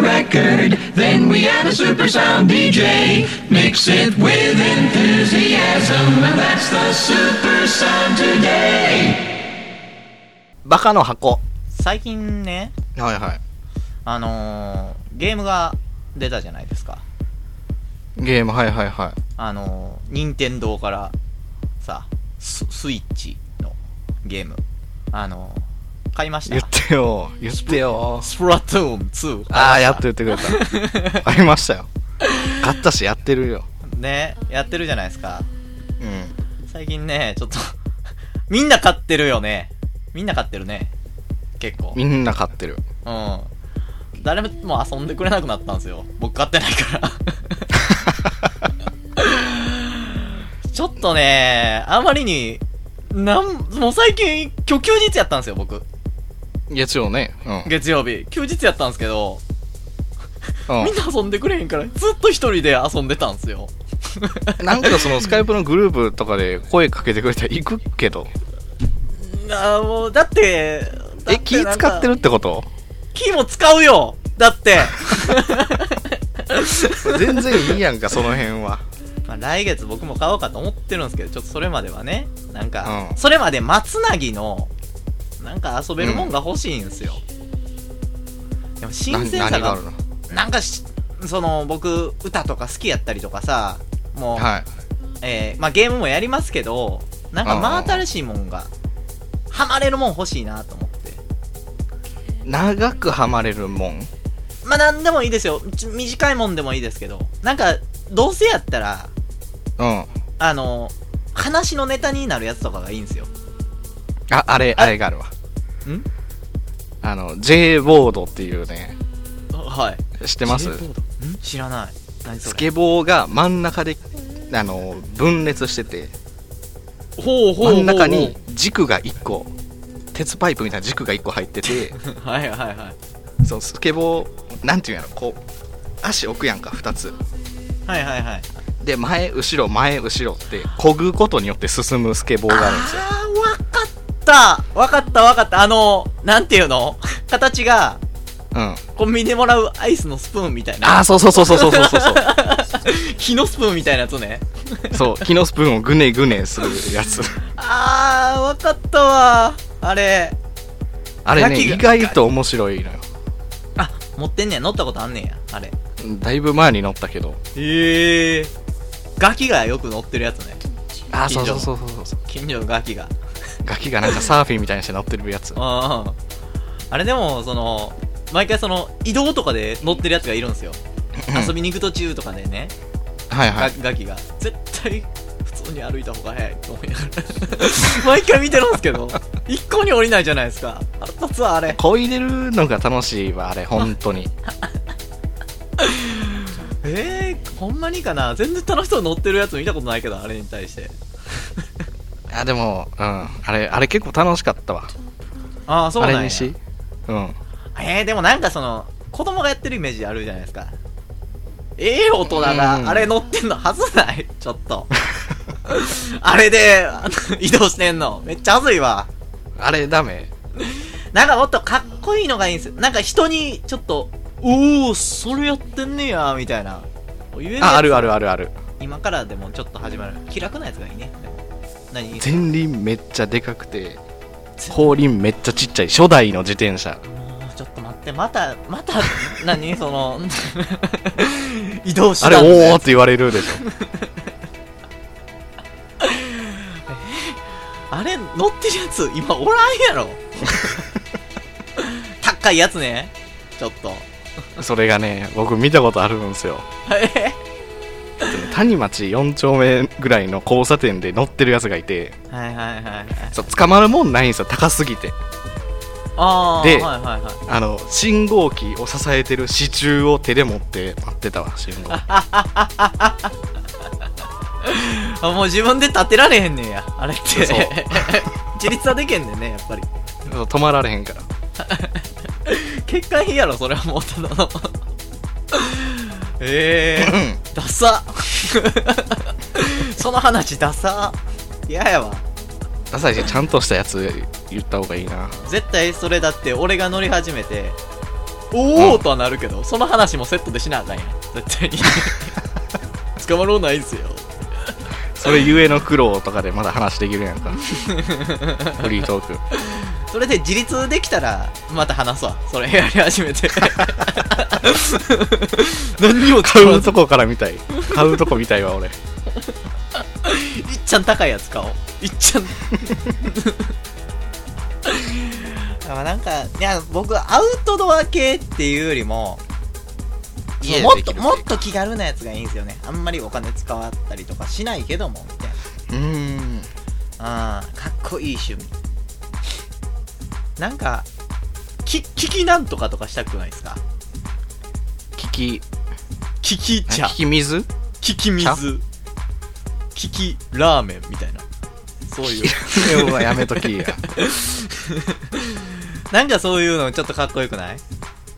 record. Then we add a super sound DJ. Mix it with enthusiasm, and that's the super sound today. バカの箱。最近ね、はいはい。あのーゲームが出たじゃないですか。ゲーム、はいはいはあのー、任天堂からさ、ススイッチのゲーム。あのー買いましい。た言。ってよ。言ってよ。スプラトゥーン2買いました。ああ、やっと言ってくれ た。ありましたよ。買ったし、やってるよ。ね、やってるじゃないですか。うん。最近ね、ちょっと、 みんな買ってるよね。みんな買ってるね。結構。みんな買ってる。うん。誰も遊んでくれなくなったんですよ。僕買ってないから。 ちょっとね、あまりに、なん、もう最近、今日休日やったんですよ、僕。月曜ね。うん月曜日。休日やったんですけど、うんみんな遊んでくれへんから、ずっと一人で遊んでたんですよ。 なんかそのスカイプのグループとかで声かけてくれたら行くけど。あーもう、だって、だえ、て気なん使かってるってことキーも使うよだって、全然いいやんか、その辺 は。まあ、来月僕も買おうかと思ってるんですけど、ちょっとそれまではね、なんか、うんそれまで松なぎの、なんか遊べるもんが欲しいんですよ。でも新鮮なさ何があがる、のなんかし、その、僕、歌とか好きやったりとかさ、もう、はい。えーまあゲームもやりますけど、なんか真新しいもんが、ハマれるもん欲しいなと思って。長くハマれるもんまあなんでもいいですよ。ち短いもんでもいいですけど、なんか、どうせやったら、うん。あの、話のネタになるやつとかがいいんですよ。あ、あれ、ああれがあるわ。んあの、J ボードっていうね、はい。知ってます J ボードん知らない。何そスれ。ケボーが真ん中で、あの、分裂してて、ほうほうほう真ん中に。軸が1個、鉄パイプみたいな軸が1個入って て、はいはいはい。そのスケボー、なんていうんやろ、こう、足置くやんか、2つ。はいはいはい。で、前、後ろ、前、後ろって、こぐことによって進むスケボーがあるんですよ。あー、わかった。わかったわかった。あの、なんていうの 形が、うん。コンビニでもらうアイスのスプーンみたいな。ああ、そうそうそうそうそうそうそう そう。木のスプーンみたいなやつね。そう、木のスプーンをぐねぐねするや つ。あー、わかったわ。あれ。あれね、焼きが意外と面白いのよ。あ、持ってんねや。乗ったことあんねんや。あれ。だいぶ前に乗ったけど。へえ。ガキがよく乗ってるやつね。あー、そ近う所そのうそうそうそう。近所のガキが。ガキがなんかサーフィンみたいにして乗ってるやつ。ああれでもその毎回その移動とかで乗ってるやつがいるんですようん遊びに行く途中とかでね、はいはい。ガガキが絶対普通に歩いた方が早いと思いながら 毎回見てるんですけど一向に降りないじゃないですか腹立つわあ れこいでるのが楽しいわ、あれ、本当に。えー、ほんまにかな全然楽しそうに乗ってるやつ見たことないけどあれに対してあ、でも、うん。あれ、あれ結構楽しかったわ。ああそうあなんやれにし。うん。えー、でもなんかその子供がやってるイメージあるじゃないですかええ大人があれ乗ってんのはずない ちょっとあれで あの移動してんのめっちゃはずいわあれ、ダメ。なんかもっとかっこいいのがいいんですよなんか人にちょっとおおそれやってんねやみたいな言えるやつあ、あるあるあるある。今からでもちょっと始まる気楽なやつがいいね何前輪めっちゃでかくて、後輪めっちゃちっちゃい。初代の自転車。もうちょっと待ってまたまた何そ の移動手あれ、段のやつおーって言われるでしょ。あれ、乗ってるやつ、今おらんやろ。高いやつね。ちょっと。それがね、僕見たことあるんですよ。え谷町4丁目ぐらいの交差点で乗ってるやつがいて、はいはいはいはい。そう捕まるもんないんですよ、高すぎて。ああ、ではいはいはい。あの信号機を支えてる支柱を手で持って待ってたわ信号機あ、もう自分で立てられへんねんや。あれって。そう 自立はでけんねんね、やっぱり。そう止まられへんから結果いいやろ、それはもうただの。え えうんダサ その話ダサ嫌やわ。ダサいしちゃんとしたやつ言った方がいいな絶対それだって俺が乗り始めておおとはなるけど、その話もセットでしなあかんやん絶対に捕まろうないんすよ それゆえの苦労とかでまだ話できるやん かフリートークそれで自立できたらまた話すわそれやり始めて何にも使買わうずとこから見たい買うとこ見たいわ俺いっちゃん高いやつ買おういっ ちゃんあなんかいや僕アウトドア系っていうよりも家でもっできとるもっと気軽なやつがいいんですよねあんまりお金使わったりとかしないけどもみたいなうーんあーかっこいい趣味なんかき聞きなんとかとかしたくないですか聞き聞き茶聞き水聞き茶水聞きラーメンみたいなそういうそれ はやめと きやなんかそういうのちょっとかっこよくない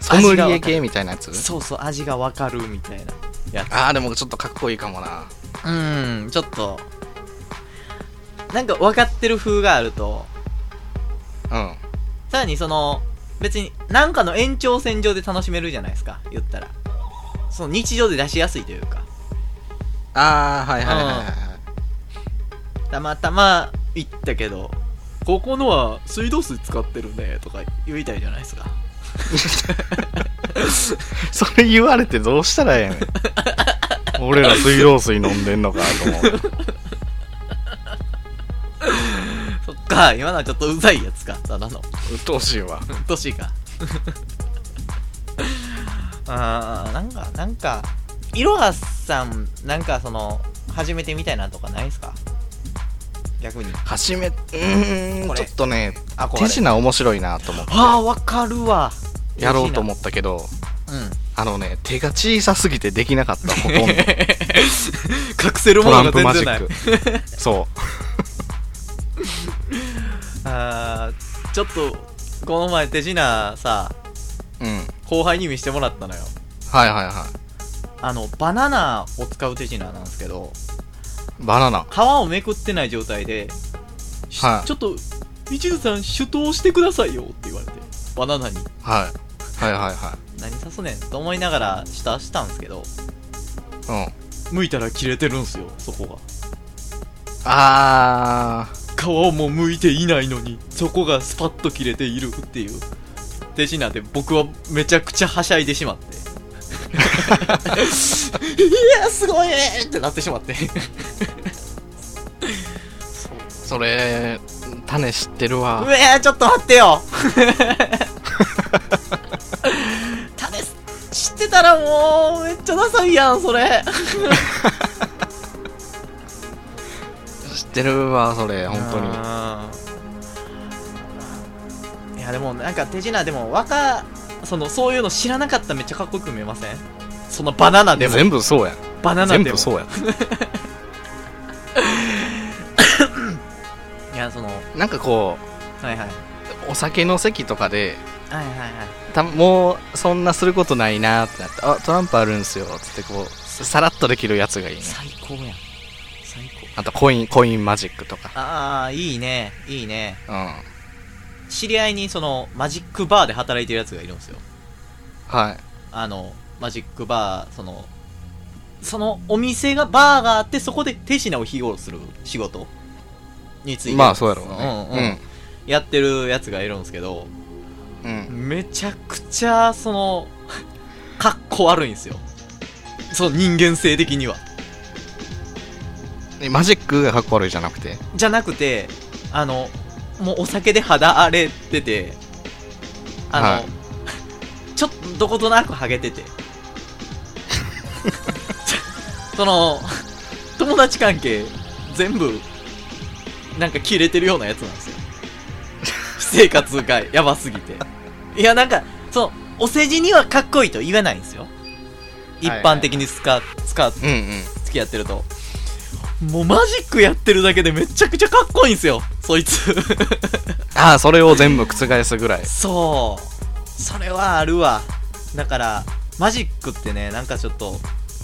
ソムリエ系みたいなやつそうそう味がわかるみたいなやつああでもちょっとかっこいいかもなうんちょっとなんか分かってる風があるとうんさらにその別になんかの延長線上で楽しめるじゃないですか言ったらその日常で出しやすいというかああはいはいはいはいはいたまたま行ったけどここのは水道水使ってるねとか言いたいじゃないですか それ言われてどうしたらええねん俺ら水道水飲んでんのかと思うそっか今のはちょっとうざいやつかただのうっとうしいわうっとうしいか あーなんかなんかいろはさんなんかその始めてみたいなとかないですか逆に始めうーこんれちょっとね憧れ手品面白いなと思ってああわかるわやろうと思うったけどうんあのね手が小さすぎてできなか ったほとんど隠せるトもラのンがプマ全ジ然なッいクそあーちょっとこの前手品さううん後輩に見してもらったのよはいはいはいあのバナナを使う手品なんですけどバナナ皮をめくってない状態で、しはいちょっと一途さん手刀してくださいよって言われてバナナにはいはいはいは何刺すねんと思いながら下したんですけどいうん剥いたら切れてるんすよそこがあ皮をもう剥いていないのにそこがスパッと切れているっていう手品で僕はめちゃくちゃはしゃいでしまって いやすごいってなってしまってーそれ種知ってるう わえー、ちょっと待ってよ種知ってたらもうめっちゃダサいやんそれ知ってるわそれ本当にうんいやでもなんか手品でも若そのそういうの知らなかったらめっちゃかっこよく見えませんそのバナナでも全部そうやバナナ全でも部そうやいやそのはいなんかこはいはいうお酒の席とかではいはいたもうそんなすることないなーってなってあトランプあるんすよつってこうさらっとできるやつがいいね最高やん最高あとコインコインマジックとかああいいねいいねうん知り合いにそのマジックバーで働いてるやつがいるんですよはいあのマジックバーそのそのお店がバーがあってそこで手品を披露する仕事についてまあそうやろうねうんうんやってるやつがいるんですけどうん、うんめちゃくちゃその かっこ悪いんですよその人間性的にはえマジックがかっこ悪いじゃなくてじゃなくてあのもうお酒で肌荒れててあの、はい ちょっとどことなくハゲてて その友達関係全部なんか切れてるようなやつなんですよ私生活がやばすぎていやなんかそのお世辞にはかっこいいと言えないんですよ一般的に使う使ううんうん付き合ってるともうマジックやってるだけでめちゃくちゃかっこいいんすよそいつああそれを全部覆すぐらいそうそれはあるわだからマジックってねなんかちょっと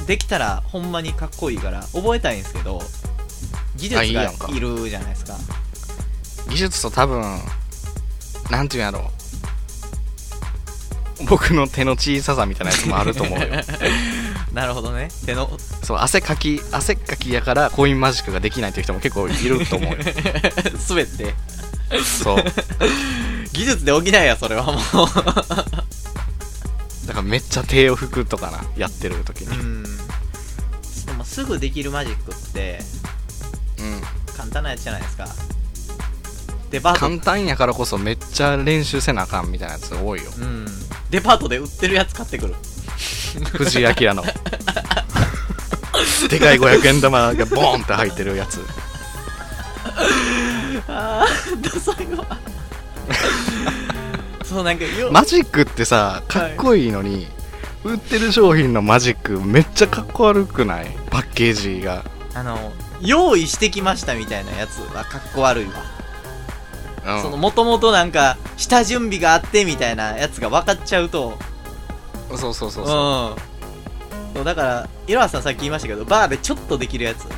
できたらほんまにかっこいいから覚えたいんですけど技あい術いがやんかいるじゃないですか技術と多分なんていうんやろう僕の手の小ささみたいなやつもあると思う よなるほどね。手の、 そう汗かき汗っかきやからコインマジックができないっていう人も結構いると思う よすべて。そう技術で補いや、それはもだからめっちゃ手を拭くとかなやってる時う。うにん。でもすぐできるマジックって、うん簡単なやつじゃないですか。デパー簡単やからこそめっちゃ練習せなあかんみたいなやつ多いよト、うん。デパートで売ってるやつ買ってくる。藤井明の でかい500円玉がボーンって入ってるやつああ、ダサいわ。 そう、なんか、よ、マジックってさかっこいいのに、売ってる商品のマジックめっちゃかっこ悪くないパッケージがあの、用意してきましたみたいなやつはかっこ悪いわ。うんその、もともとなんか、下準備があってみたいなやつが分かっちゃうと、そうそうそううんそう、そうだから、いろはさんさっき言いましたけど、バーでちょっとできるやつ。うん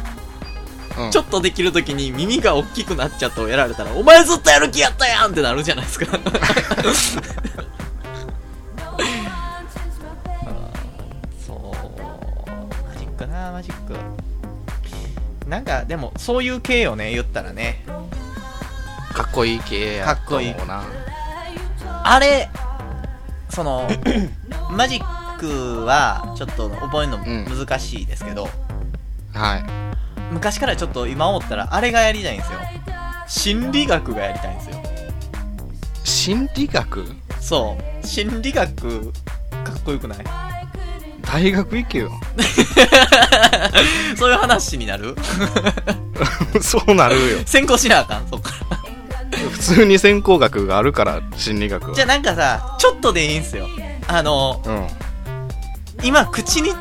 ちょっとできるときに耳が大きくなっちゃったをやられたら、お前ずっとやる気やったやんってなるじゃな いですか。そう。マジックな、マジック。なんか、でも、そういう系よね、言ったらね。かっこいい系やと思うなあれ、そ の、マジックは、ちょっと覚えるの難しいですけど、はい昔からちょっと今思ったら、あれがやりたいんですよ。心理学がやりたいんですよ。心理学そう。心理学、かっこよくない大学行けよ そういう話になる そうなるよ先行しなあかん、そっから。普通に専攻学があるから心理学はじゃあなんかさ、ちょっとでいいんすよ。あの、うん今、口に、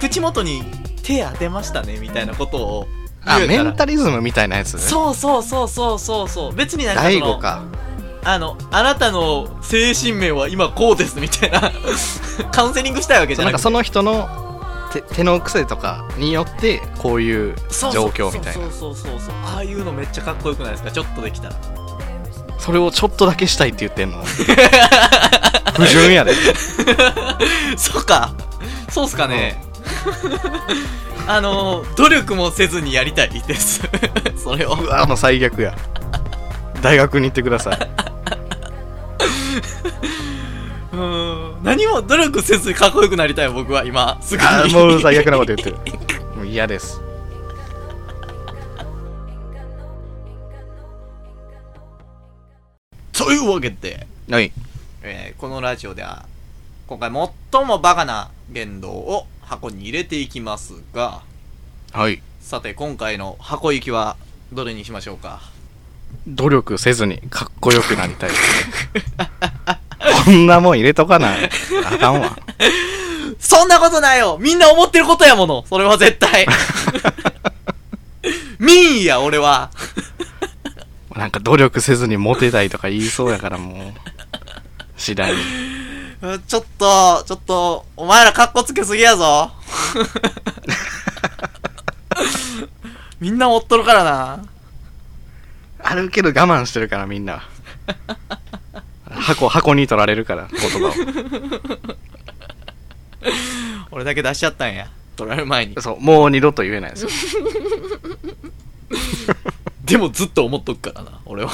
口元に手当てましたね、みたいなことをあ言えメたら。ンタリズムみたいなやつそうそうそうそうそうそう。別になんかその第5かあの、あなたの精神面は今こうです、みたいな。 カウンセリングしたいわけじそゃうなかなんくて。その人の手手の癖とかによってこういうそう状況みたいなそうそうそうそうそう。ああいうのめっちゃかっこよくないですかちょっとできたら。それをちょっとだけしたいって言ってん の不純やでそうか。そうっすかね。 あの、努力もせずにやりたいです。 それを。うわもう最悪や大学に行ってくださいうん。何も努力せずにかっこよくなりたい、僕は今。すぐあに。もう最悪なこと言ってるもう嫌です というわけで、はいえーこのラジオでは、今回最もバカな言動を箱に入れていきますが、はいさて今回の箱行きはどれにしましょうか 努力せずにかっこよくなりたいこんなもん入れとかなあかんわそんなことないよみんな思ってることやものそれは 絶対 民意や俺はなんか努力せずにモテたいとか言いそうやからもう次第にうんちょっと、ちょっと、お前らカッコつけすぎやぞ。 みんな持っとるからな。あるけど我慢してるからみんな 箱箱に取られるから言葉俺だけ出しちゃったんや。取られる前にを。そうもう二度と言えないですよでもずっと思っとくからな、俺は。